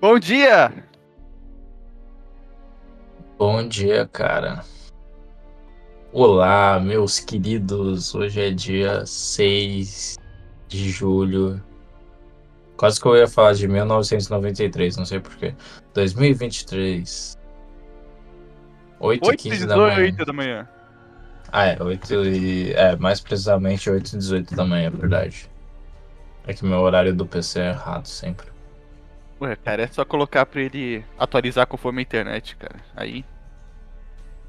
Bom dia! Bom dia, cara. Olá, meus queridos. Hoje é dia 6 de julho. Quase que eu ia falar de 1993, não sei porquê. 2023. 8 e 8 e 15 da manhã. 18 da manhã. Ah, é, 8 e... É, mais precisamente 8 e 18 da manhã, é verdade. É que meu horário do PC é errado sempre. Ué, cara, é só colocar pra ele atualizar conforme a internet, cara. Aí.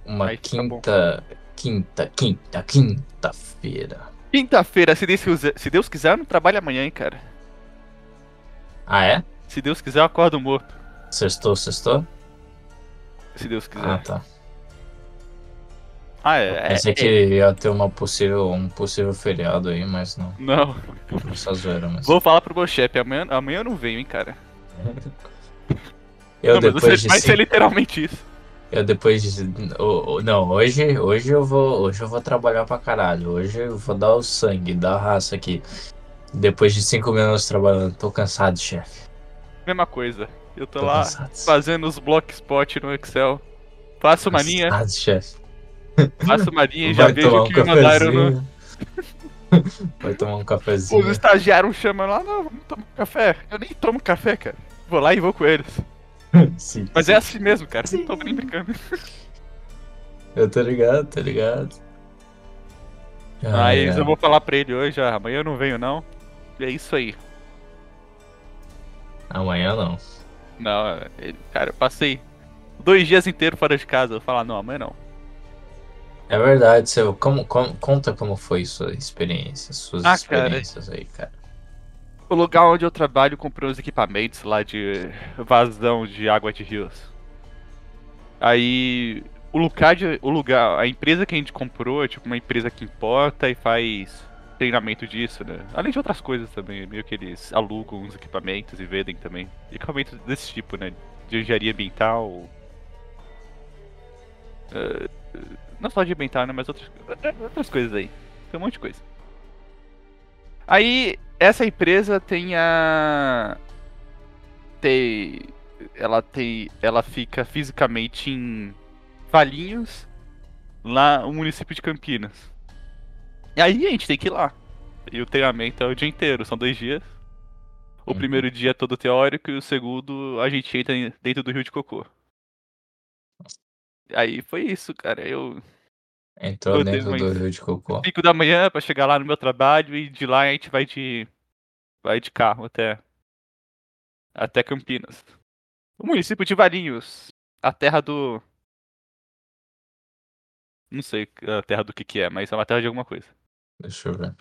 Uma Aí fica bom. quinta, quinta, quinta, quinta-feira. Quinta-feira, se Deus, quiser- se Deus quiser, eu não trabalho amanhã, hein, cara. Ah, é? Se Deus quiser, eu acordo morto. Sextou, sextou? Se Deus Ah, quiser. tá. Ah, é. é, Pensei é. que ia ter uma possível, um possível feriado aí, mas não. Não. Só zoeira, mas... Vou falar pro meu chefe. Amanhã, amanhã eu não venho, hein, cara. Eu não, mas depois você- de vai ser cinco, literalmente isso. eu depois de... o- o- Não, hoje, hoje, eu vou, hoje eu vou trabalhar pra caralho. Hoje eu vou dar o sangue, dar a raça aqui. Depois de cinco minutos trabalhando, tô cansado, chefe. Mesma coisa. Eu tô Tô lá cansado. fazendo os blogspot no Excel. Faço uma linha, Cansado, chefe. faço uma linha e já Vai vejo tomar o um que me mandaram né? no, cafezinho. Vai tomar um Os cafezinho. estagiários chamam lá, não, vamos tomar um café. Eu nem tomo café, cara. Vou lá e vou com eles. Sim, Mas sim. é assim mesmo, cara. Não tô nem brincando. Eu tô ligado, tô ligado. Mas ai. eu vou falar pra ele hoje, ah, amanhã eu não venho não. E é isso aí. Amanhã não. Não, é- ele- cara, eu passei dois dias inteiros fora de casa. Eu falar, não, amanhã não. É verdade, seu. Como, como- conta como foi sua experiência, suas Ah, cara. experiências aí, cara. O lugar onde eu trabalho comprei uns equipamentos lá de vazão de água de rios. Aí o lugar, de- o lugar, a empresa que a gente comprou é tipo uma empresa que importa e faz treinamento disso, né? Além de outras coisas também, meio que eles alugam uns equipamentos e vendem também equipamentos desse tipo, né? De engenharia ambiental. eh, não só de ambiental, né? Mas outras, outras coisas aí. Tem um monte de coisa. Aí, essa empresa tem a. Tem. Ela tem. Ela fica fisicamente em Valinhos, lá no município de Campinas. E aí a gente tem que ir lá. E o treinamento é o dia inteiro, são dois dias. O Uhum. primeiro dia é todo teórico e o segundo a gente entra em- dentro do Rio de Cocô. Aí foi isso, cara. Eu Entrou Meu dentro Deus, do mas- Rio de Cocô. 5 da manhã pra chegar lá no meu trabalho e de lá a gente vai de vai de carro até até Campinas. O município de Varinhos, a terra do não sei a terra do que que é, mas é uma terra de alguma coisa. Deixa eu ver.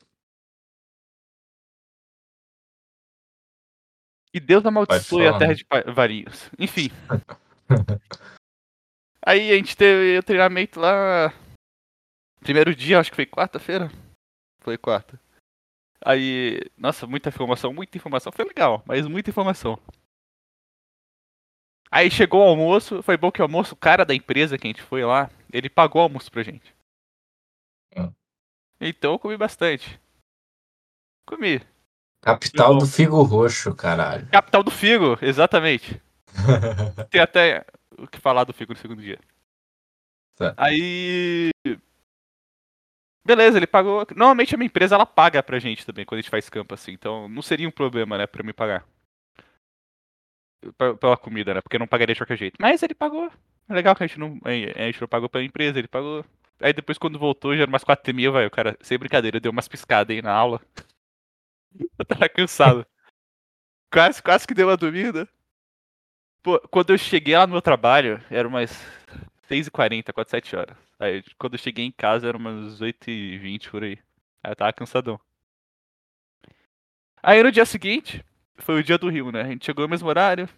E Deus amaldiçoe a falar, terra né? de Pa- Varinhos. Enfim. Aí a gente teve o treinamento lá. Primeiro dia, acho que foi quarta-feira. Foi quarta. Aí, nossa, muita informação, muita informação. Foi legal, mas muita informação. Aí chegou o almoço, foi bom que o almoço, o cara da empresa que a gente foi lá, ele pagou o almoço pra gente. Hum. Então eu comi bastante. Comi. Capital bom. do Figo Roxo, caralho. Capital do Figo, exatamente. tem até o que falar do Figo no segundo dia. Tá. Aí. Beleza, ele pagou. Normalmente a minha empresa ela paga pra gente também quando a gente faz campo assim, então não seria um problema, né, pra me pagar. Pe- Pela comida, né? Porque eu não pagaria de qualquer jeito. Mas ele pagou. É legal que a gente não. A gente não pagou pela empresa, ele pagou. Aí depois quando voltou, já era umas 4 mil, velho. O cara, sem brincadeira, deu umas piscadas aí na aula. Eu tava cansado. quase, quase que deu uma dormida. Pô, quando eu cheguei lá no meu trabalho, era umas 6h40, quase 7 horas. Aí, quando eu cheguei em casa, era umas 8h20 por aí. Aí eu tava cansadão. Aí no dia seguinte, foi o dia do Rio, né? A gente chegou no mesmo horário.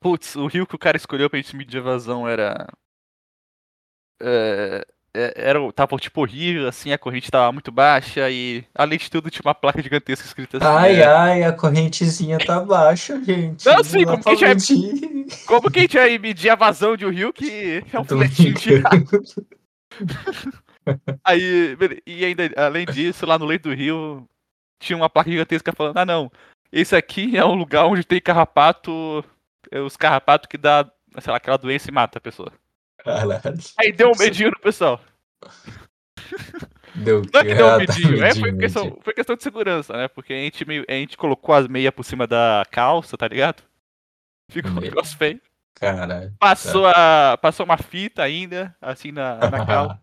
Putz, o Rio que o cara escolheu pra gente medir a vazão era. É, é- era, o- tava tipo horrível, assim, a corrente tava muito baixa e, além de tudo, tinha uma placa gigantesca escrita assim. Ai, é, ai, a correntezinha tá baixa, gente. Não, sim, dá como pra que já é- medir. Como que a gente vai medir a vazão de um rio que é um Tô fletinho de brincando. Aí, bele- e ainda, além disso, lá no leito do rio, tinha uma placa gigantesca falando, ah não, esse aqui é um lugar onde tem carrapato é os carrapatos que dá, sei lá, aquela doença e mata a pessoa. Caralho. Aí deu um medinho no pessoal. Deu Não é que deu Ah, um tá, medinho, é, foi, medinho, questão, foi questão de segurança, né? Porque a gente, meio, a gente colocou as meias por cima da calça, tá ligado? Ficou um Meia. negócio feio. Caralho. Passou, a, passou uma fita ainda, assim, na, na calça.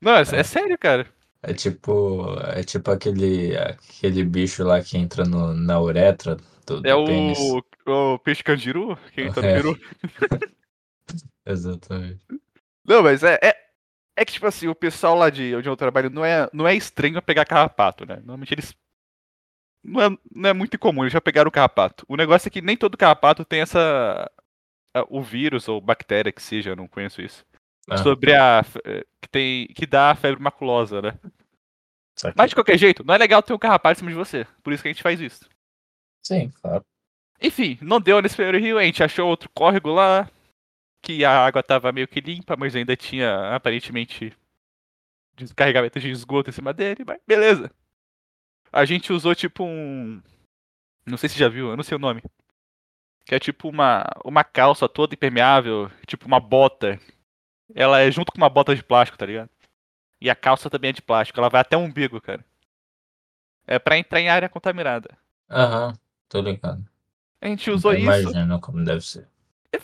Não, é, é sério, cara. É tipo, é tipo aquele, aquele bicho lá que entra no, na uretra do, do É pênis. o, o peixe candiru, quem tá no É. peru. Exatamente. Não, mas é, é. é que, tipo assim, o pessoal lá de onde eu trabalho não é, não é estranho a pegar carrapato, né? Normalmente eles. Não é, não é muito incomum, eles já pegaram o carrapato. O negócio é que nem todo carrapato tem essa. a- O vírus ou bactéria que seja, eu não conheço isso. Ah. Sobre a. fe- eh, Que, tem, que dá a febre maculosa, né? Saquei. Mas de qualquer jeito, não é legal ter um carrapato em cima de você. Por isso que a gente faz isso. Sim, claro. Enfim, não deu nesse primeiro rio, a gente achou outro córrego lá, que a água tava meio que limpa, mas ainda tinha aparentemente descarregamento de esgoto em cima dele, mas beleza. A gente usou tipo um. Não sei se já viu, eu não sei o nome. Que é tipo uma, uma calça toda impermeável, tipo uma bota. Ela é junto com uma bota de plástico, tá ligado? E a calça também é de plástico, ela vai até o umbigo, cara. É pra entrar em área contaminada. Aham, tô ligado. A gente usou Tô isso. Imaginando como deve ser.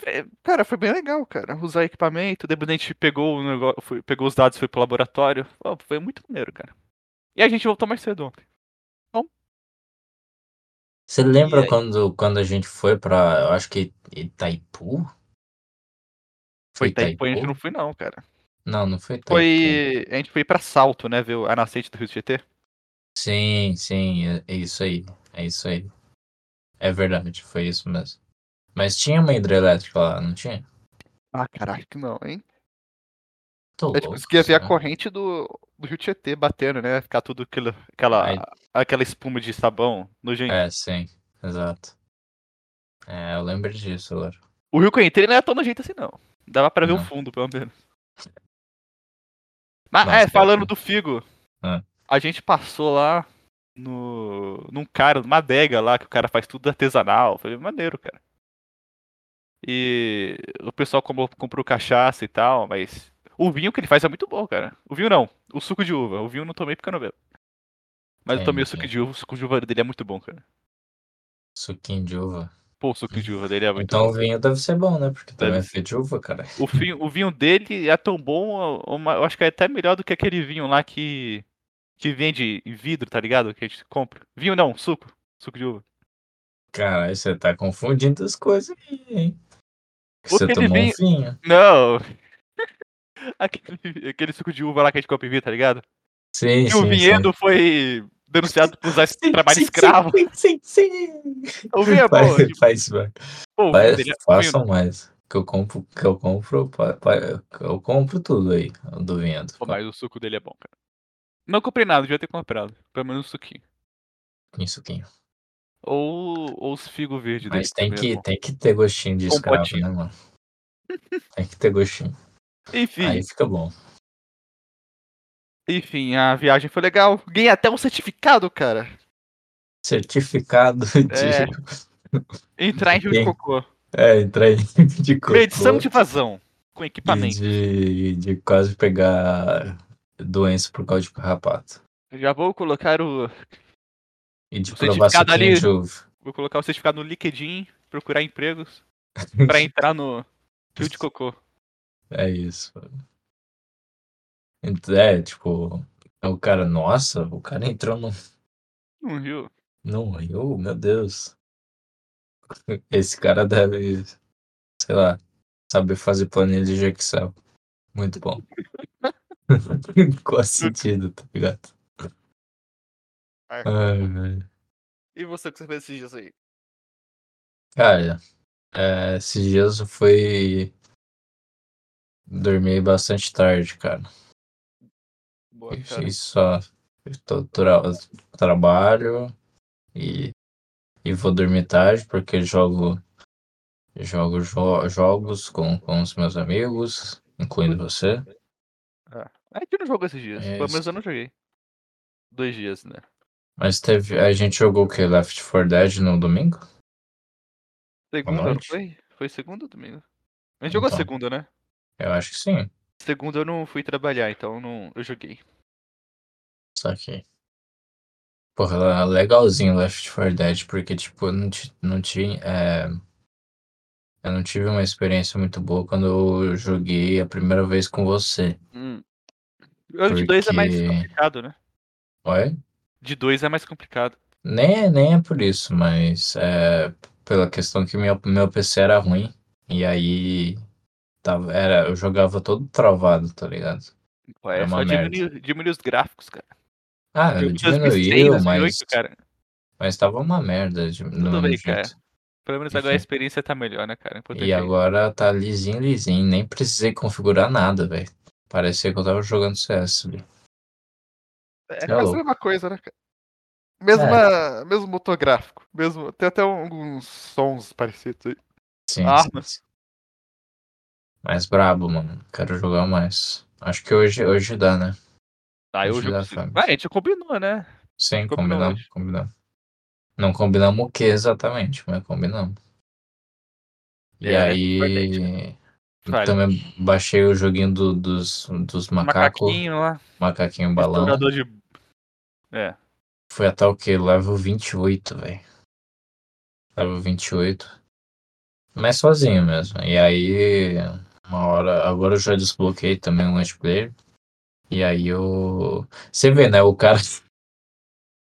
É, é, Cara, foi bem legal, cara. Usar equipamento, depois a gente pegou o negócio, foi- pegou os dados, foi pro laboratório. Pô, foi muito maneiro, cara. E a gente voltou mais cedo ontem. Você lembra aí? quando, quando a gente foi pra, eu acho que Itaipu? Foi Itaipu, a gente não foi não, cara. Não, não foi Itaipu. Foi, a gente foi pra Salto, né, ver a nascente do Rio GT. Sim, sim, é, é isso aí. É isso aí. É verdade, foi isso mesmo. Mas tinha uma hidrelétrica lá, não tinha? Ah, caralho, que não, hein? né? Tô A gente louco, conseguia tipo, ver a será? corrente do, do Rio Tietê batendo, né? Ficar tudo aquilo, aquela, Ai. aquela espuma de sabão nojento. É, sim, exato. É, eu lembro disso agora. O rio que eu entrei não era tão nojento assim, não. Dava pra ver o Não. fundo, pelo menos. Mas, Nossa, é, cara. falando do Figo, Ah. a gente passou lá no, num cara, numa adega lá, que o cara faz tudo artesanal. Foi maneiro, cara. E o pessoal comprou, comprou cachaça e tal, mas o vinho que ele faz é muito bom, cara. O vinho não, o suco de uva. O vinho eu não tomei porque eu não bebo. Mas eu tomei o suco Entendi. de uva, o suco de uva dele é muito bom, cara. Suquinho de uva. Pô, o suco de uva dele é muito bom. Então o vinho deve ser bom, né? Porque também Deve é feito de uva, cara. O vinho, o vinho dele é tão bom, uma- eu acho que é até melhor do que aquele vinho lá que, que vende em vidro, tá ligado? Que a gente compra. Vinho não, suco. Suco de uva. Caralho, você tá confundindo as coisas aí, hein? Que O você que ele tomou vem- um vinho. Não! aquele, aquele suco de uva lá que a gente compra em vidro, tá ligado? Sim, E sim, o vinhedo foi denunciado por usar esse sim. trabalho Sim, sim, escravo. Sim, sim, sim. O vinho é bom. Faz, tipo, faz, vai. um pô, o vinho Faz- dele é- o vinho- façam mais. Que eu compro, que eu compro, pa- pa- eu compro tudo aí do vinhedo. Pô, mas o suco dele é bom, cara. Não comprei nada, devia ter comprado. Pelo menos um suquinho. Com suquinho. Ou, ou os figo verde dele. Mas tem também é que, bom. tem que ter gostinho um de escravo, Compotinho. né, mano? Tem que ter gostinho. Enfim. Aí fica bom. Enfim, a viagem foi legal. Ganhei até um certificado, cara. Certificado É. de. Entrar em Rio de Sim. Cocô. É, entrar em de cocô. Medição de vazão com E equipamento. de, de quase pegar doença por causa de carrapato. Já vou colocar o. E de O provar certificado suquinho ali- de uva. Vou colocar o certificado no LinkedIn, procurar empregos pra entrar no Rio de Cocô. É isso. mano. Ent- É, tipo, o cara, nossa, o cara entrou no, No Rio. no rio, meu Deus. Esse cara deve, sei lá, saber fazer planilha de Excel. Muito bom. Qual sentido, tá ligado? É. Ai, velho. E você o que você fez esses dias aí? Cara, é, esses dias eu fui dormir bastante tarde, cara. Boa, cara. E só eu tô tra- trabalho e, e vou dormir tarde porque jogo jogo jo- jogos com, com os meus amigos, incluindo você. A gente não jogou esses dias. É Pelo menos isso. eu não joguei. Dois dias, né? Mas teve, a gente jogou o que? Left 4 Dead no domingo? Segunda, não noite. foi? Foi segunda ou domingo? A gente jogou Então. segunda, né? Eu acho que sim. Segunda eu não fui trabalhar, então eu não, eu joguei. Só que. Porra, lá- legalzinho Left 4 Dead, porque, tipo, eu não, ti- não tinha. é, Eu não tive uma experiência muito boa quando eu joguei a primeira vez com você. Hum. De dois é mais Porque- complicado, né? Oi? De dois é mais complicado. Nem é, nem é por isso, mas é pela questão que meu, meu PC era ruim. E aí. Tava, era, eu jogava todo travado, tá ligado? Pô, é, É uma só merda. diminuir, diminuir os gráficos, cara. Ah, Jogo de 2006, diminuiu, 2008, mas, cara. mas tava uma merda. De, do Tudo mesmo bem, jeito. cara. Pelo menos agora a Enfim. experiência tá melhor, né, cara? O importante E é isso. agora tá lisinho, lisinho. Nem precisei configurar nada, velho. Parecia que eu tava jogando CS, velho. É Cê é quase a louco. É. mesma coisa, né, cara? Mesma, Mesmo motor gráfico. Mesmo, tem até um, alguns sons parecidos aí. Sim, Ah, sim, sim. Mas brabo, mano. Quero jogar mais. Acho que hoje, hoje dá, né? Ah, eu Acho jogo. da assim. Fábio. Ah, a gente combinou, né? Sim, Combinou combinamos, hoje. combinamos. Não combinamos o que exatamente, mas combinamos. E É, né? é aí. Vale. Também baixei o joguinho do- dos, dos macacos. Macaquinho lá. Macaquinho um balão. Estourador de. É. Foi até o que? Level 28, velho. Level 28. Mas sozinho mesmo. E aí, uma hora. Agora eu já desbloqueei também o multiplayer. E aí eu. Você vê, né? O cara.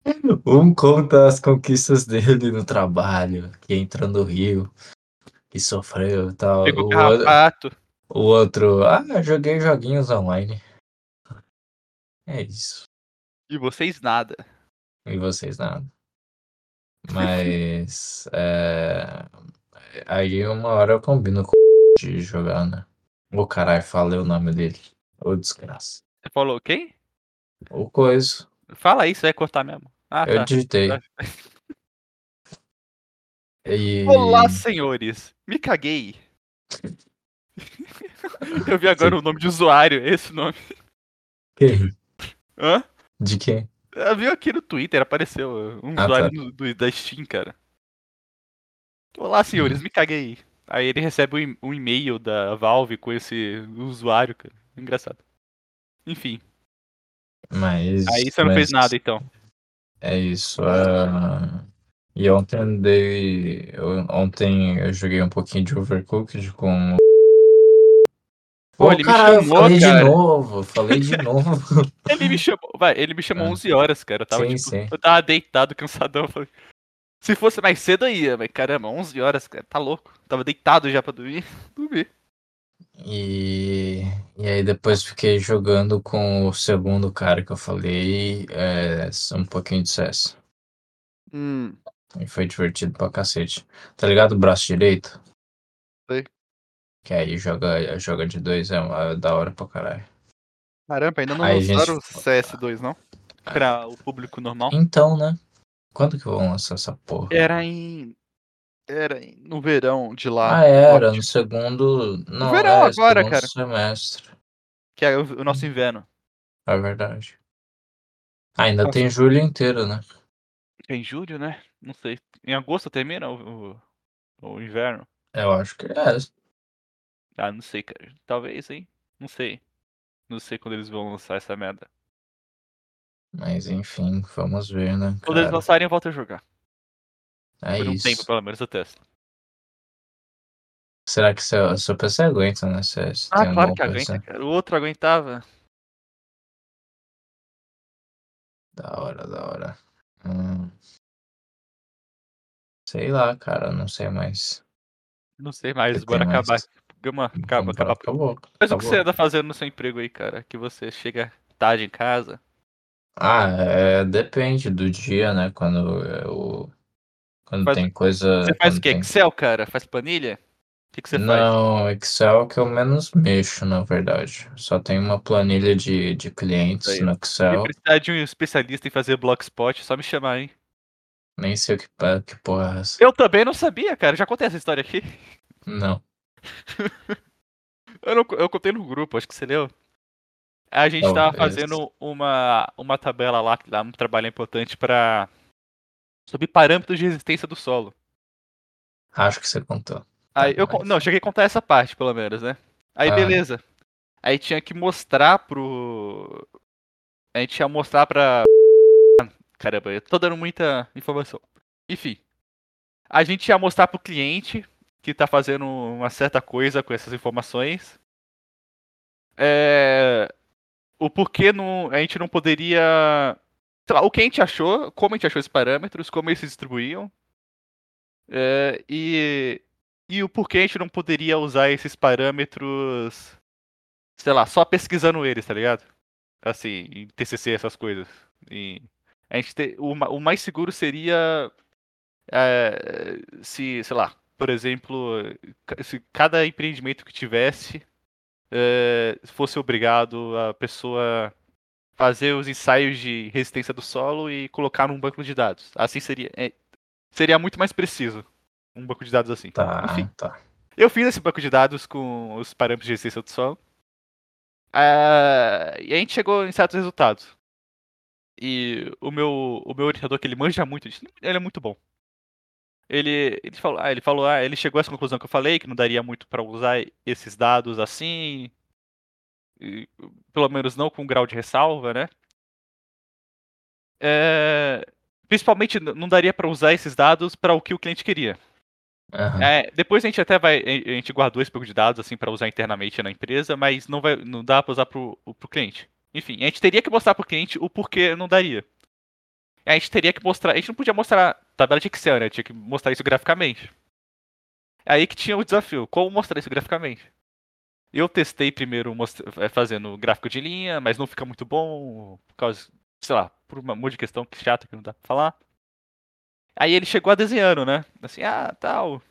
Um conta as conquistas dele no trabalho, que entrou no Rio, que sofreu e tal. Pegou O, o- carrapato. o outro, ah, eu joguei joguinhos online. É isso. E vocês nada. E vocês nada. Mas. é, Aí uma hora eu combino com o de jogar, né? Ô caralho, falei o nome dele. Ô desgraça. Você falou quem? Ô coisa. Fala isso, vai cortar mesmo. Ah, Eu tá. digitei. Tá. E. Olá, senhores. Me caguei. Eu vi agora o nome de usuário, é esse nome. Quem? Hã? De quem? Eu vi aqui no Twitter, apareceu um Ah, usuário do, do- da Steam, cara. Olá, Hum. senhores, me caguei. Aí ele recebe um e- um e-mail da Valve com esse usuário, cara. Engraçado. Enfim, Mas. aí você não fez mas- nada então. É isso. ah, E ontem eu dei. eu- ontem eu joguei um pouquinho de Overcooked com. Pô, Ô, ele me caralho, chamou, falei cara. de novo, falei de novo. Ele me chamou, vai, ele me chamou Ah. 11 horas, cara. Eu tava, Sim, tipo, sim. eu tava deitado, cansadão. eu Falei, Se fosse mais cedo, eu ia, mas caramba, 11 horas, cara, tá louco. Tava deitado já pra dormir. Dormi. E, e aí depois fiquei jogando com o segundo cara que eu falei, é, um pouquinho de CS. Hum. E foi divertido pra cacete. Tá ligado o braço direito? Sei. Que aí joga, joga de dois, é, uma- é da hora pra caralho. Caramba, ainda não Aí, gente, Ah. lançaram o CS2, não? Pra o público normal? Então, né? Quando que vão lançar essa porra? Era em. Era em- no verão de lá. Ah, era no Tá ótimo. segundo. Não, verão é, agora, segundo cara. semestre. Que é o, o nosso inverno. É verdade. Ah, ainda Nossa. tem julho inteiro, né? É em julho, né? Não sei. Em agosto termina o, o- o inverno? Eu acho que é. Ah, não sei, cara. Talvez, hein? Não sei. Não sei quando eles vão lançar essa merda. Mas enfim, vamos ver, né? Quando eles cara? lançarem, eu volto a jogar. É Por um tempo, isso. pelo menos, eu testo. Será que seu, seu PC aguenta, né? Se, se tem Ah, um claro bom que aguenta, PC. cara. O outro aguentava. Da hora, da hora. Hum. Sei lá, cara, não sei mais. Não sei mais, Tem bora mais? acabar. Gama, acaba, acaba. Acabou. Mas o que acabou. você anda fazendo no seu emprego aí, cara? Que você chega tarde em casa. Ah, é, depende do dia, né? Quando eu. Quando Faz- tem coisa. Você faz o É, quando quê? tem- Excel, cara? Faz planilha? O que, que você faz? Não, Excel é o que eu menos mexo, na verdade. Só tem uma planilha de, de clientes Aí. no Se Excel. precisar de um especialista em fazer blogspot, é só me chamar, hein? Nem sei o que, pa- que porra é essa. Eu também não sabia, cara. Já contei essa história aqui. Não. Eu, não co- eu contei no grupo, acho que você leu. A gente tava Talvez. fazendo uma, uma tabela lá, que dá é um trabalho importante pra. sobre parâmetros de resistência do solo. Acho que você contou. Aí Tá, eu, con- mas- não, eu cheguei a contar essa parte, pelo menos, né? Aí Ah. beleza. Aí tinha que mostrar pro. A gente ia mostrar pra. Caramba, eu tô dando muita informação. Enfim. A gente ia mostrar pro cliente que tá fazendo uma certa coisa com essas informações. É, O porquê não... a gente não poderia. Sei lá, o que a gente achou, como a gente achou esses parâmetros, como eles se distribuíam. É, e e o porquê a gente não poderia usar esses parâmetros, sei lá, só pesquisando eles, tá ligado? Assim, em TCC, essas coisas. E a gente te- o, ma- o mais seguro seria eh, se, sei lá, por exemplo, ca- se cada empreendimento que tivesse eh, fosse obrigado a pessoa fazer os ensaios de resistência do solo e colocar num banco de dados. Assim seria, é, seria muito mais preciso um banco de dados assim. Tá, Enfim. tá. Eu fiz esse banco de dados com os parâmetros de resistência do solo. Ah, e a gente chegou em certos resultados. E o meu, o meu orientador, que ele manja muito, disso, ele é muito bom. Ele, ele falou, ah, ele falou, ah, ele chegou a essa conclusão que eu falei, que não daria muito pra usar esses dados assim. e, pelo menos não com grau de ressalva, né? É, principalmente n- não daria pra usar esses dados pra o que o cliente queria. Aham. É, depois a gente até vai. A gente guardou esse banco de dados, assim, pra usar internamente na empresa, mas não, vai, não dá pra usar pro, pro cliente. Enfim, a gente teria que mostrar pro cliente o porquê não daria. A gente teria que mostrar. A gente não podia mostrar tabela de Excel, né? Tinha que mostrar isso graficamente. Aí que tinha o desafio: como mostrar isso graficamente? Eu testei primeiro most- eh, fazendo gráfico de linha, mas não fica muito bom, por causa, sei lá, por um monte de questão que chata que não dá pra falar. Aí ele chegou a desenhando, né? Assim, ah, tal.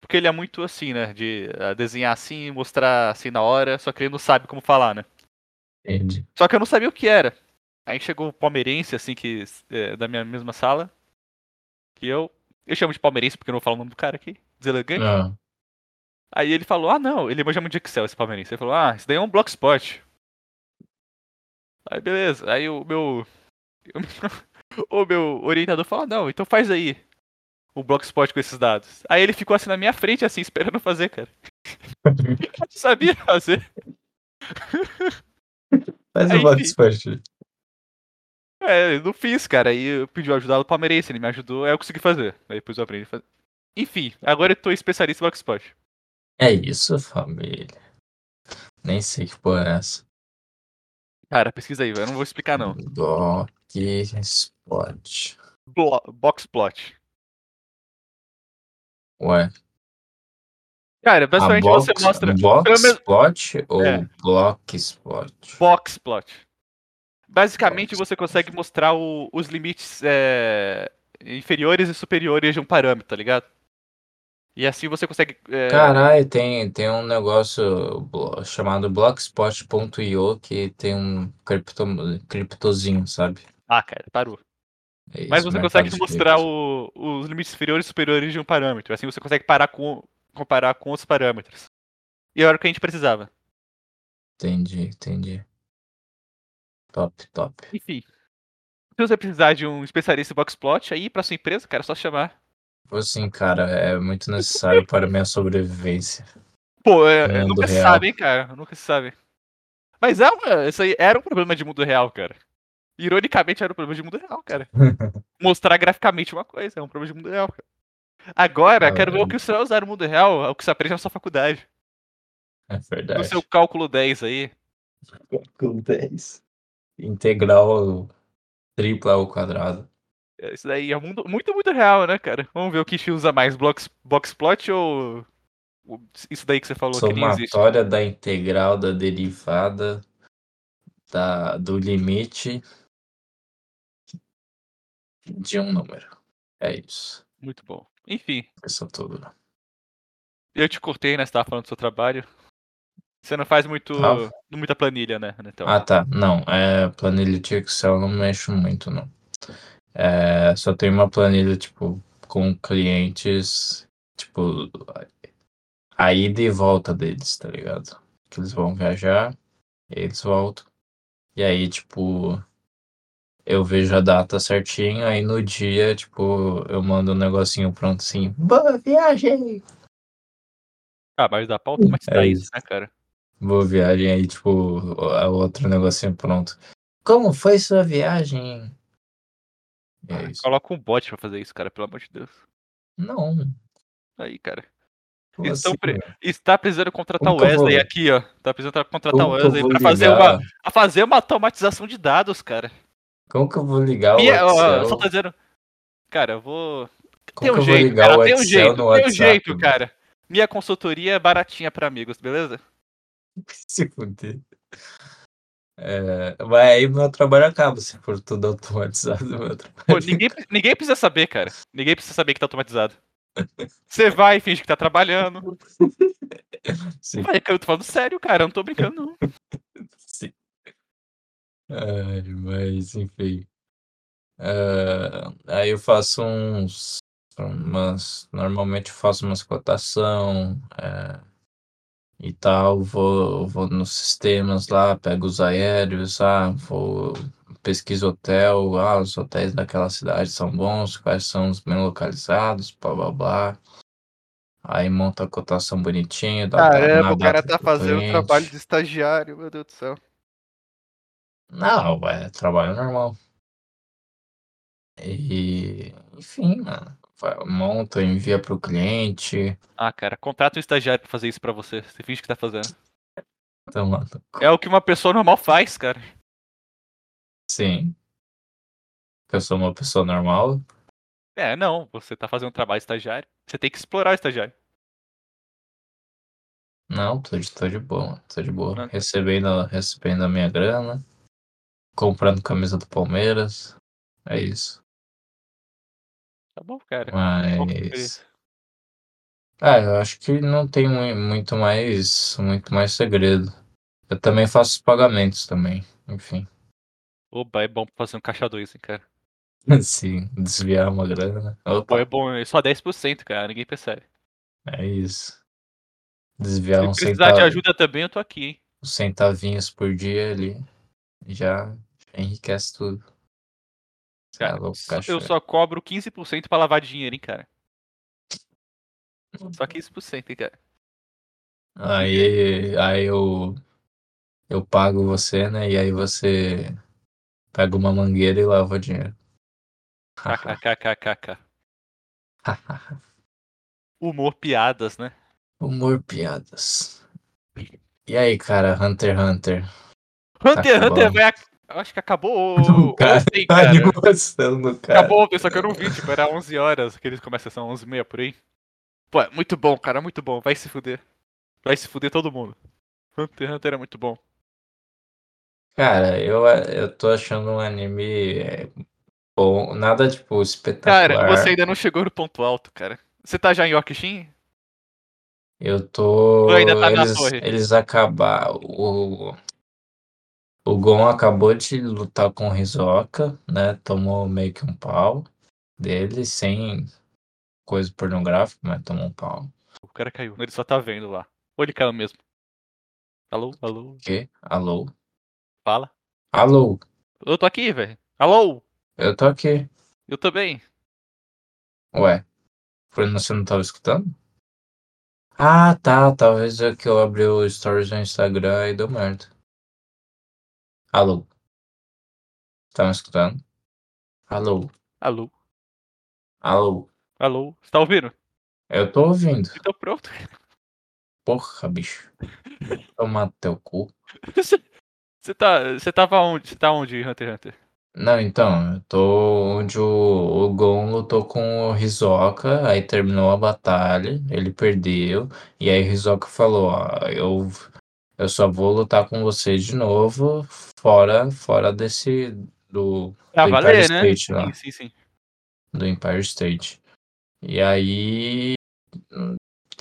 Porque ele é muito assim, né? De ah, desenhar assim, mostrar assim na hora, só que ele não sabe como falar, né? Entendi. Só que eu não sabia o que era. Aí chegou o palmeirense, assim, que é da minha mesma sala. Que eu. Eu chamo de palmeirense porque eu não vou falar o nome do cara aqui. Deselegante. Ah, Aí ele falou, ah não, ele manja muito de Excel esse palmeirense. Ele falou, ah, isso daí é um Blockspot. Aí beleza, aí o meu. o meu- O meu orientador falou, ah, não, então faz aí o Blockspot com esses dados. Aí ele ficou assim na minha frente, assim, esperando eu fazer, cara. Eu não sabia fazer. Faz Aí, o Bob Esponja. É, eu não fiz, cara. Aí eu pedi ajuda do palmeirense, ele me ajudou, aí eu consegui fazer. Aí depois eu aprendi a fazer. Enfim, agora eu tô especialista em Blockspot. É isso, família. Nem sei que porra é essa. Cara, pesquisa aí, velho. Eu não vou explicar, não. Doc Spot. Blo Boxplot. Ué, Cara, a basicamente box, Um você mostra. pelo box menos- Spot ou É. Block Spot? Box plot. Basicamente, Box você plot. consegue mostrar o- os limites é, inferiores e superiores de um parâmetro, tá ligado? E assim você consegue. é, Caralho, tem, tem um negócio blo- chamado Blockspot.io que tem um cripto, criptozinho, sabe? Ah, cara, parou. É Mas isso, você mercado consegue de mostrar criptos. o- os limites inferiores e superiores de um parâmetro. Assim você consegue parar com, comparar com outros parâmetros. E era o que a gente precisava. Entendi, entendi. Top, top. Enfim. Se você precisar de um especialista em box plot, aí pra sua empresa, cara, é só chamar. Tipo Assim, cara, é muito necessário para minha sobrevivência. Pô, é, é, Mundo nunca se real. sabe, hein, cara. Nunca se sabe. Mas é, uma- isso aí era um problema de mundo real, cara. Ironicamente, era um problema de mundo real, cara. Mostrar graficamente uma coisa, é um problema de mundo real, cara. Agora, Ah, quero ver o que você vai usar no mundo real, o que você aprende na sua faculdade. É No verdade. seu cálculo 10 aí. Com 10. Integral tripla ao quadrado. É, Isso daí é mundo- muito, muito real, né, cara? Vamos ver o que te usa mais, blocks, boxplot ou o- isso daí que você falou que nem existe? Somatória da integral da derivada da, do limite de um número. É isso. Muito bom. Enfim, Isso é tudo. né? eu te cortei, né? Você tava falando do seu trabalho. Você não faz muito, Tava. muita planilha, né, Netão? Ah, tá. Não, é planilha de Excel eu não mexo muito, não. É, só tem uma planilha, tipo, com clientes, tipo, a ida e volta deles, tá ligado? Que eles vão viajar, e eles voltam. E aí, tipo, eu vejo a data certinho, aí no dia, tipo, eu mando um negocinho pronto assim, boa viagem! Ah, mas da pauta mais É tá isso, isso. né, cara? Boa viagem, aí, tipo, o- a outro negocinho pronto. Como foi sua viagem? E é isso. Coloca um bot pra fazer isso, cara, pelo amor de Deus. Não. Aí, cara. como Então, assim, pre- velho? E tá precisando contratar o Como que eu vou- Wesley aqui, ó. Tá precisando contratar o Como que eu Wesley vou pra fazer ligar? uma, pra fazer uma automatização de dados, cara. Como que eu vou ligar É o E, ó, Excel? só tá dizendo. Cara, eu vou. Como Tem que um eu vou jeito, ligar cara, o tem um Excel jeito, no tem um WhatsApp, jeito, mano? cara. Minha consultoria é baratinha pra amigos, beleza? Se fuder. É, mas aí meu trabalho acaba se for tudo automatizado. Meu trabalho. Pô, ninguém, ninguém precisa saber, cara. Ninguém precisa saber que tá automatizado. Você vai, finge que tá trabalhando. Sim, Vai, cara, eu tô falando sério, cara, eu não tô brincando, não. sim. Ai, mas enfim. Ah, aí eu faço uns. Umas, normalmente eu faço umas cotação é, e tal. Vou, vou nos sistemas lá, pego os aéreos, ah, vou pesquiso hotel, ah, os hotéis daquela cidade são bons, quais são os bem localizados, blá blá blá. Aí monta a cotação bonitinha, dá pra- na Caramba, o cara data tá do fazendo cliente. trabalho de estagiário, meu Deus do céu. Não, é trabalho normal. E, enfim, mano, vai- monta, envia pro cliente. Ah, cara, contrata um estagiário pra fazer isso pra você. Você finge que tá fazendo. Então, mano, É o que uma pessoa normal faz, cara. sim, que assim, eu sou uma pessoa normal. É, não, você tá fazendo um trabalho de estagiário. Você tem que explorar o estagiário. Não, tô de, tô de boa, mano, tô de boa. Ah. Recebendo, recebendo a minha grana, comprando camisa do Palmeiras. É isso. Tá bom, É. cara. Qual que foi Mas. isso? Ah, eu acho que não tem mui- muito mais, muito mais segredo. Eu também faço os pagamentos também, enfim. Oba, é bom pra fazer um caixa 2, hein, cara. Sim, desviar uma grana. né? Opa, Pô, é bom, é só 10%, cara, ninguém percebe. é isso. Desviar Se uns precisar de centa- ajuda também, eu tô aqui, hein. uns centavinhos por dia ali, já já enriquece tudo. Cê é Cara, louco, só- eu cachorro. só cobro 15% pra lavar dinheiro, hein, cara. Só 15%, hein, cara. Aí, aí eu, eu pago você, né? E aí você pega uma mangueira e lava o dinheiro. KKKKK. Humor, piadas, né? Humor, piadas. E aí, cara, Hunter x Hunter? Hunter x Hunter acabando. vai. ac- Eu acho que acabou o- cara, Tá ontem, A cara. animação do cara. Acabou ontem, só que eu não vi, tipo, era 11 horas, que eles começam, são 11 e meia por aí. Pô, é muito bom, cara, muito bom, vai se fuder. Vai se fuder todo mundo. Hunter x Hunter é muito bom. Cara, eu, eu tô achando um anime é, bom, nada tipo Cara, espetacular. você ainda não chegou no ponto alto, cara. Você tá já em Yorkshin? Eu tô. Ou ainda tá na eles, torre? eles acabaram. O, o Gon acabou de lutar com o Hisoka, né? Tomou meio que um pau dele, sem coisa pornográfica, mas tomou um pau. O cara caiu, ele só tá vendo lá. Ou ele caiu mesmo. Alô, alô, Que? Alô? fala. Alô? Eu tô aqui, velho. Alô, Eu tô aqui. eu também. Ué, por- você não tava escutando? Ah, tá. Talvez é que eu abri o stories no Instagram e deu merda. Alô? Tá me escutando? Alô? Alô, Alô? alô, você tá ouvindo? Eu tô ouvindo. Então pronto. Porra, bicho. Tomar no teu cu. Você você tá, você tava onde? Você tá onde, Hunter x Hunter? Não, então, eu tô onde o, o Gon lutou com o Hisoka, aí terminou a batalha, ele perdeu, e aí o Hisoka falou, ó, eu, eu só vou lutar com você de novo, fora, fora desse, do, Ah, Tá do valer, Empire né? State lá, Sim, sim, sim. do Empire State. E aí, hum,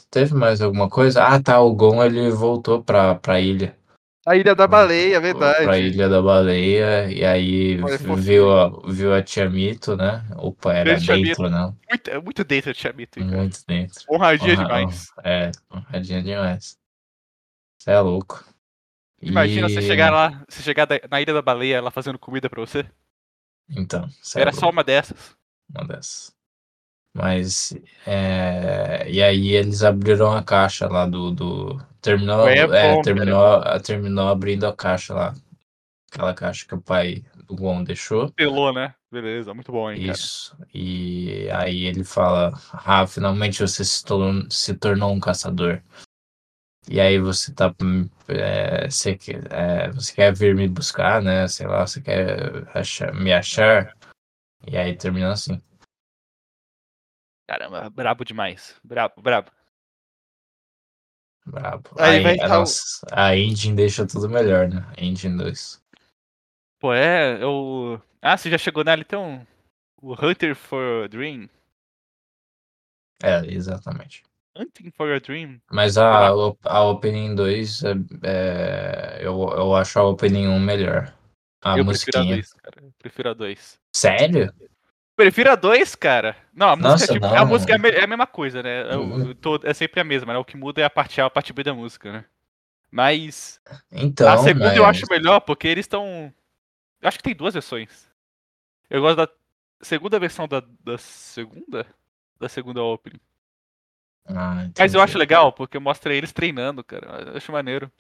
teve mais alguma coisa? Ah, tá, o Gon, ele voltou pra, pra ilha. A Ilha da Baleia, é Pra verdade. Ilha da Baleia, e aí Olha, viu a, viu a Tia Mito, né? Opa, era Grande Tia dentro, não? Muito, é muito dentro de Chamito, cara. Muito dentro. Honradia Honra- demais. honra- É, honradinha demais. Você é louco. Imagina você E- chegar lá, você chegar da- na Ilha da Baleia, ela fazendo comida pra você. Então, saiu Era só uma dessas. uma dessas. Mas, é, e aí eles abriram a caixa lá do, do terminou, Ué, é é, bom, terminou, né? terminou abrindo a caixa lá, aquela caixa que o pai do Gon deixou. Pelou, né? Beleza, muito bom, hein, cara. Isso. E aí ele fala: Ah, finalmente você se tornou, se tornou um caçador. E aí você tá. hum, é, você, que- é, você quer vir me buscar, né? Sei lá, você quer achar- me achar. E aí termina assim. Caramba, brabo demais. Brabo, brabo. Brabo. Aí a, vai a, tá o- nossa- a engine deixa tudo melhor, né? A engine 2. Pô, é, eu. Ah, você já chegou nela então? O Hunter for a Dream? É, exatamente. Hunting for a Dream? Mas a, o- a Opening 2, é, é, eu, eu acho a Opening 1 melhor. A eu prefiro a musiquinha. 2, cara. Eu prefiro a 2. Sério? Prefiro a 2, cara. Não, a música, Nossa, é, tipo, não. A, música é, a me- é a mesma coisa, né? É o- Uhum. todo- é sempre a mesma, né? O que muda é a parte A, a parte B da música, né? Mas Então, a segunda eu mas- acho melhor, porque eles estão. Eu acho que tem duas versões. Eu gosto da segunda versão da, da segunda? Da segunda opening. Ah, Mas eu entendi. acho legal, porque mostra eles treinando, cara. Eu acho maneiro.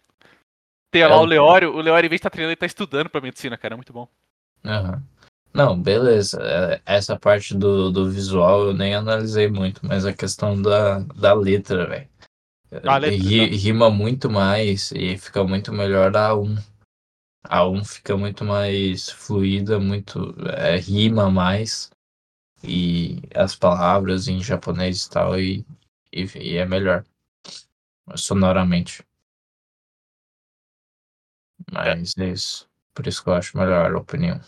Tem É, lá o o- Leório, o Leório em vez de estar treinando, ele tá estudando pra medicina, cara. É muito bom. Aham. Não, beleza. É, Essa parte do, do visual eu nem analisei muito, mas a questão da, da letra, velho. Ah, A letra, É, Ri- Rima muito mais e fica muito melhor a 1. A 1 fica muito mais fluida, muito é, rima mais. E as palavras em japonês e tal, e, e, e é melhor sonoramente. Mas é isso. Por isso que eu acho melhor a opinião.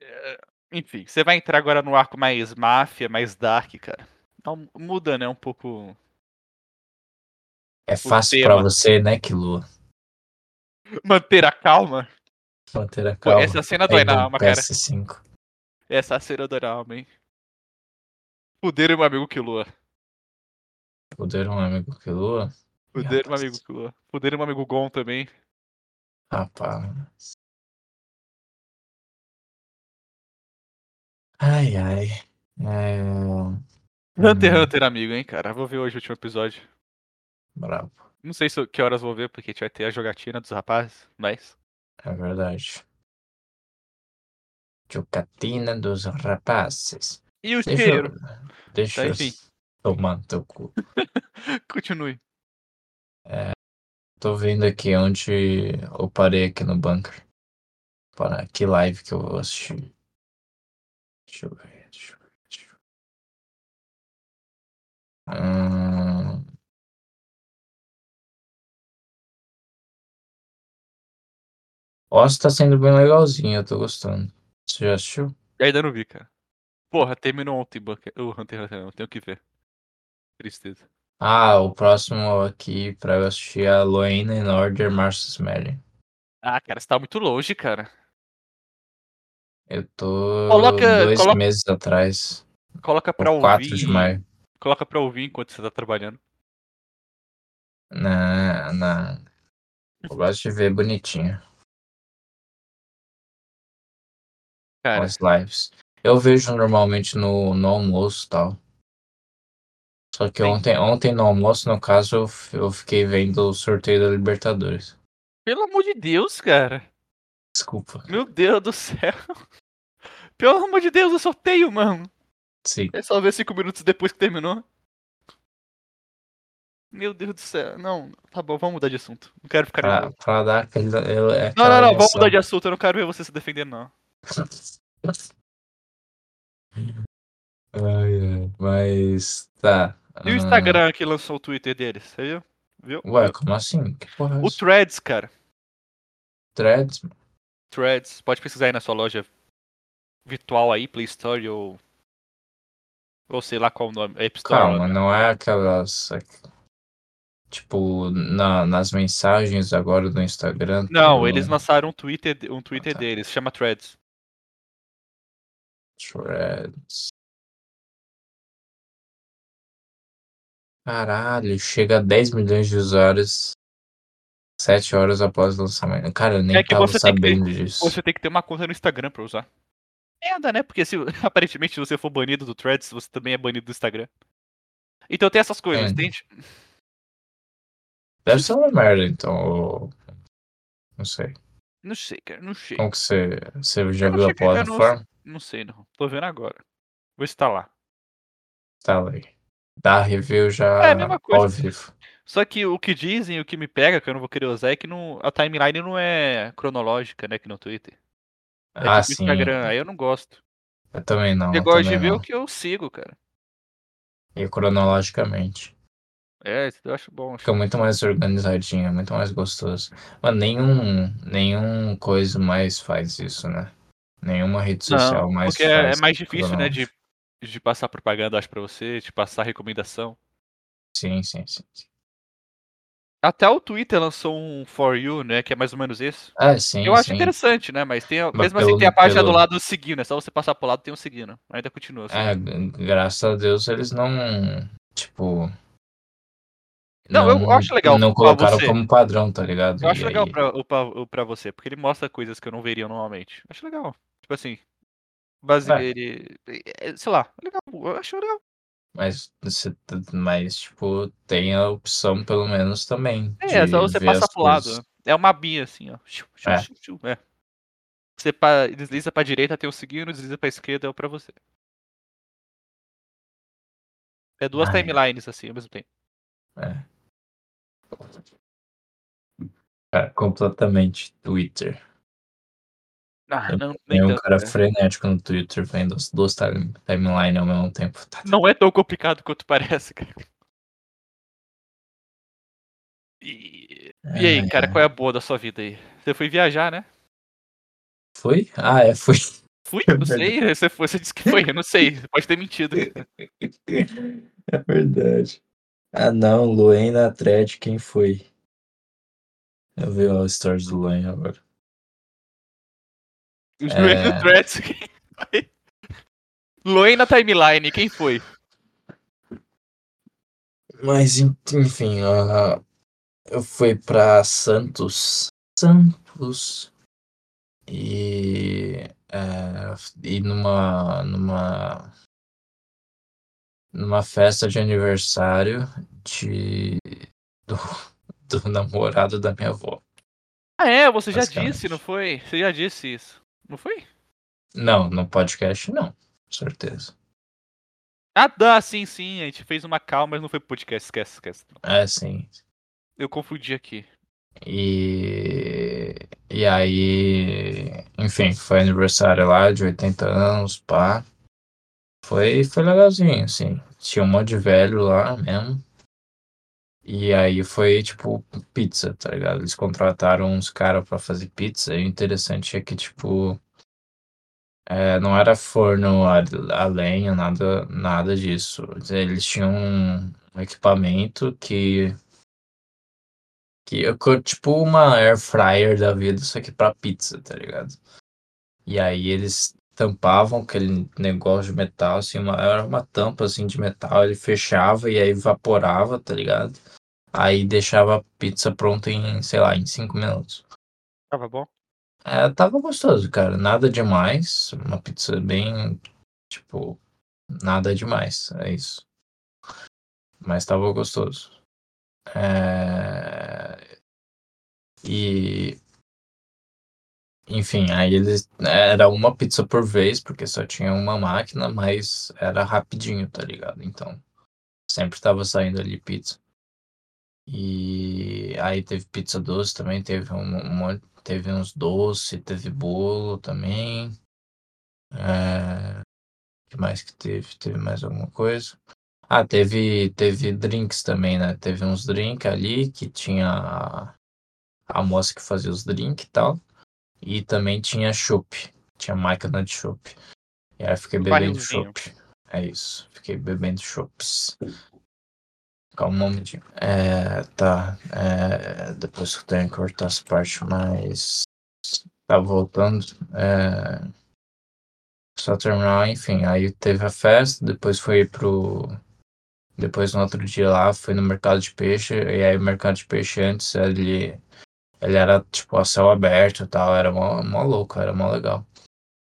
É, Enfim, você vai entrar agora no arco mais máfia, mais dark, cara. Então muda, né? Um pouco. É fácil tema. pra você, né, Kilua? Manter a calma. Manter a Pô, calma. essa cena dói Aí na vem alma, é cara. PS5. Essa cena dói na alma, hein? Fuderam meu amigo Killua. Fuderam um amigo Kilua? Fuderam meu Rapaz. amigo Killua. Fuderam meu amigo Gon também. Rapaz. Ai, ai. É... Hunter x hum, Hunter, amigo, hein, cara. Vou ver hoje o último episódio. Bravo, Não sei se, que horas vou ver, porque a gente vai ter a jogatina dos rapazes, mas. é verdade. Chocatina dos rapazes. E o Deixa eu... cheiro? Deixa Tá, eu enfim. tomar no teu cu. Continue. Tô vendo aqui onde eu parei aqui no bunker. Para que live que eu vou assistir. Deixa eu ver, deixa eu ver, deixa eu ver. Hum. Oz tá sendo bem legalzinho, eu tô gostando. Você já assistiu? Ainda não vi, cara. Porra, terminou ontem Bunker- o Hunter x Hunter, não. Tenho que ver. Tristeza. Ah, o próximo aqui pra eu assistir é a Loena in Order Marcus Mary. Ah, cara, você tá muito longe, cara. Eu tô Coloca- dois coloca- meses atrás. Coloca pra Ou 4 de maio. ouvir. Coloca pra ouvir enquanto você tá trabalhando. Não, não. Eu gosto de ver bonitinho com Cara, as lives. Eu vejo normalmente no, no almoço e tal. Só que Sim. ontem, ontem no almoço, no caso, eu, f- eu fiquei vendo o sorteio da Libertadores. pelo amor de Deus, cara. Desculpa. Meu Deus do céu. Pelo amor de Deus, eu sorteio, mano. Sim. É só ver cinco minutos depois que terminou. Meu Deus do céu. Não, tá bom, vamos mudar de assunto. Não quero ficar Pra, nervoso. pra dar aquele. ele- Não, não, aquela não, vamos emoção. mudar de assunto. Eu não quero ver você se defendendo, não. Ai, ai. Mas tá. E o Instagram que lançou o Twitter deles, você viu? Viu? Ah, ué, como assim? Que porra é O isso? Threads, cara. Threads? Threads. Pode pesquisar aí na sua loja virtual aí, Play Store ou. Ou sei lá qual o nome. App Store. Calma, né? não é aquelas. aqu- Tipo, na- nas mensagens agora do Instagram. Não, do eles lançaram um Twitter, de- um Twitter né? tá. deles, chama Threads. Threads. Caralho, chega a 10 milhões de usuários 7 horas após o lançamento. Cara, eu nem É que tava você tem que ter- sabendo disso. Você tem que ter uma conta no Instagram pra usar. merda, né? Porque se, aparentemente, se você for banido do Threads, você também é banido do Instagram. Então tem essas coisas, É. entende? Deve ser uma merda, então. ou- Não sei. Não sei, cara, não sei. Como que você, você já Eu viu a cheguei a ver plataforma? Não sei, não. Tô vendo agora. Vou instalar. Tá lá. Dá review já É a mesma coisa. ao vivo. Só que o que dizem, o que me pega, que eu não vou querer usar, é que não, a timeline não é cronológica, né? Que no Twitter. É ah, tipo sim. Instagram, aí eu não gosto. Eu também não. eu eu gosto de também ver não. o que eu sigo, cara. E cronologicamente. É, isso eu acho bom. acho- Fica muito mais organizadinho, é muito mais gostoso. Mas nenhum, nenhum coisa mais faz isso, né? Nenhuma rede social Não, mais porque é, faz é mais difícil, né? De, cronológico. de passar propaganda, acho, pra você, de passar recomendação. Sim, sim, sim. sim. Até o Twitter lançou um For You, né? Que é mais ou menos isso. Ah, sim, eu acho sim. interessante, né? Mas tem, a- Mas mesmo assim pelo- tem a página do pelo- lado seguindo, é só você passar pro lado tem um seguindo. Ainda continua. assim. É, g- graças a Deus eles não, tipo... Não, eu acho legal Não pra colocaram você. como padrão, tá ligado? Eu acho E legal aí- pra, o, pra, o pra você, porque ele mostra coisas que eu não veria normalmente. Acho legal. Tipo assim, base É. ele. é, é, Sei lá, é legal. Eu acho legal. Mas, você, t- mas, tipo, tem a opção, pelo menos, também. É, de só você ver passa as pro lado. coisas. né? É uma abinha assim, ó. Xiu, xiu, É. xiu, xiu, é. Você pa- desliza pra direita, tem o seguindo, desliza pra esquerda, é o pra você. É duas Ai. timelines assim ao mesmo tempo. É. Cara, É, completamente Twitter. Ah, não, nem É um tanto, cara né? frenético no Twitter vendo as duas time- timeline ao mesmo tempo. Tá, tá. Não é tão complicado quanto parece, cara. E, e aí, Ai, cara, qual é a boa da sua vida aí? Você foi viajar, né? Fui? Ah, é, fui. Fui? Não sei. Você, foi, você disse que foi, eu não sei. Você pode ter mentido. É verdade. Ah não, Luena Thread, quem foi? Eu vi o stories do Luan agora. Os É. é... threads. Quem foi? Loen na timeline, quem foi? Mas en- enfim, ah, eu fui pra Santos. Santos. E. ah, e numa. numa. numa festa de aniversário de. do, do namorado da minha avó. Ah, é, você já Basicamente. disse, não foi? Você já disse isso. Não foi? Não, no podcast não, com certeza. Ah, tá, sim, sim. A gente fez uma calma, mas não foi podcast. Esquece, esquece. É, sim. Eu confundi aqui. E, e aí, enfim, foi aniversário lá de 80 anos, pá. Foi, foi legalzinho, assim. Tinha um monte de velho lá mesmo. E aí foi tipo pizza, tá ligado? Eles contrataram uns caras pra fazer pizza. E o interessante é que, tipo, é, não era forno a, a lenha, nada, nada disso. Eles tinham um equipamento que. Que eu cur- tipo uma air fryer da vida, só que pra pizza, tá ligado? E aí eles tampavam aquele negócio de metal, assim, uma, era uma tampa assim de metal, ele fechava e aí evaporava, tá ligado? Aí deixava a pizza pronta em, sei lá, em cinco minutos. Tava bom? É, tava gostoso, cara. Nada demais. Uma pizza bem, tipo, nada demais. É isso. Mas tava gostoso. É... E. Enfim, aí eles. Era uma pizza por vez, porque só tinha uma máquina, mas era rapidinho, tá ligado? Então, sempre tava saindo ali pizza. E aí teve pizza doce também, teve um, um monte teve uns doces, teve bolo também. É... O que mais que teve? Teve mais alguma coisa? Ah, teve, teve drinks também, né? Teve uns drinks ali que tinha a, a moça que fazia os drinks e tal. E também tinha chopp. Tinha máquina de chopp. E aí eu fiquei Um bebendo barrilzinho. chopp. É isso. Fiquei bebendo chopps. Calma um momentinho. É, tá. É, depois que eu tenho que cortar essa parte, mas. Tá voltando. É... Só terminar, enfim. Aí teve a festa, depois foi pro. Depois no outro dia lá, foi no mercado de peixe. E aí o mercado de peixe antes, ele. Ele era tipo a céu aberto e tal. Era mó, mó louco, era mó legal.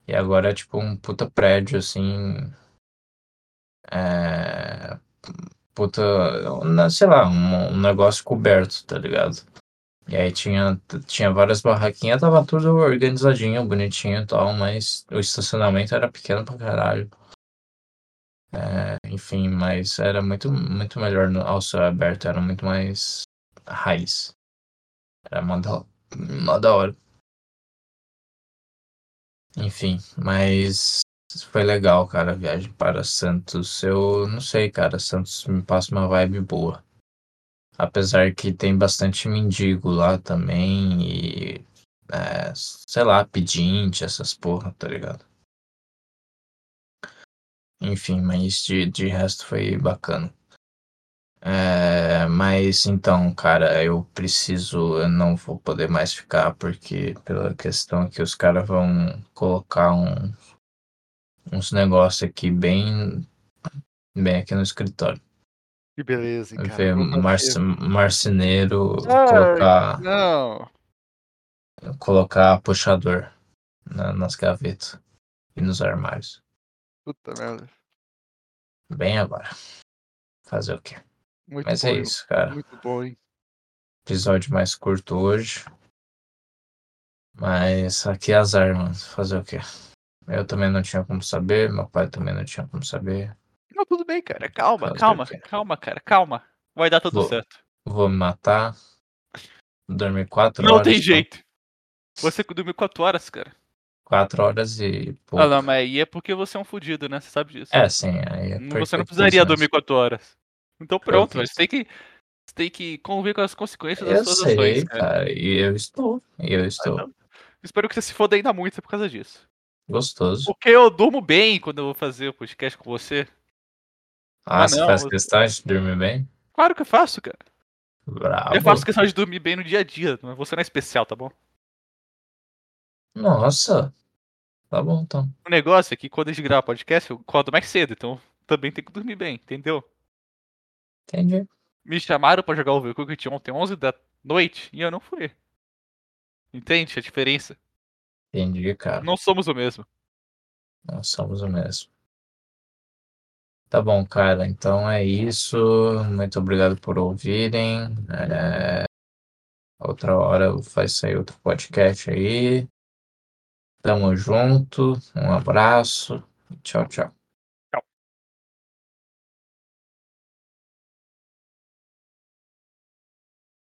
E agora é tipo um puta prédio, assim. É. Puta. na- Sei lá, um, um negócio coberto, tá ligado? E aí tinha, tinha várias barraquinhas, tava tudo organizadinho, bonitinho e tal, mas o estacionamento era pequeno pra caralho. É, enfim, mas era muito, muito melhor no, ao céu aberto, era muito mais raiz. Era mó da, mó da hora. Enfim, mas foi legal, cara, a viagem para Santos. Eu não sei, cara, Santos me passa uma vibe boa. Apesar que tem bastante mendigo lá também e, é, sei lá, pedinte, essas porra, tá ligado? Enfim, mas de, de resto foi bacana. É, mas então, cara, eu preciso, eu não vou poder mais ficar porque pela questão que os caras vão colocar um, uns negócios aqui bem, bem aqui no escritório. Que beleza, hein, cara. Ver Vou marce- marceneiro Ah. Ai. colocar, fazer. Não. colocar puxador na- nas gavetas e nos armários. Puta merda. Bem agora. Fazer o quê? Muito Mas bom. é hein? isso, cara. Muito bom, hein? Episódio mais curto hoje. Mas aqui é azar, mano. Fazer o quê? Eu também não tinha como saber, meu pai também não tinha como saber. Não, tudo bem, cara. Calma, Com calma, certeza. calma, cara, calma. Vai dar tudo Vou- certo. Vou me matar. Dormir quatro Não horas. tem jeito. Você dormiu 4 horas, cara. Quatro horas e pouco. Ah, não, mas aí é porque você é um fudido, né? Você sabe disso. É, sim. Aí é você não perfeito, precisaria mas- dormir 4 horas. Então pronto, Perfeito. você tem que. Você tem que conviver com as consequências das Eu suas sei, ações, cara. Ah, cara. E eu estou. E eu estou. não. Espero que você se foda ainda muito por causa disso. Gostoso. Porque eu durmo bem quando eu vou fazer o podcast com você. Ah, Ah, você não, faz eu- questão de dormir bem? Claro que eu faço, cara. Bravo. eu faço questão de dormir bem no dia a dia, mas você não é especial, tá bom? Nossa. Tá bom, então. O negócio é que quando a gente grava podcast, eu acordo mais cedo, então também tem que dormir bem, entendeu? Entendi. Me chamaram pra jogar o Cricket ontem, 11 da noite, e eu não fui. Entende a diferença? Entendi, cara. Não somos o mesmo. Nós somos o mesmo. Tá bom, cara. Então é isso. Muito obrigado por ouvirem. É, Outra hora vai sair outro podcast aí. Tamo junto. Um abraço. Tchau, tchau.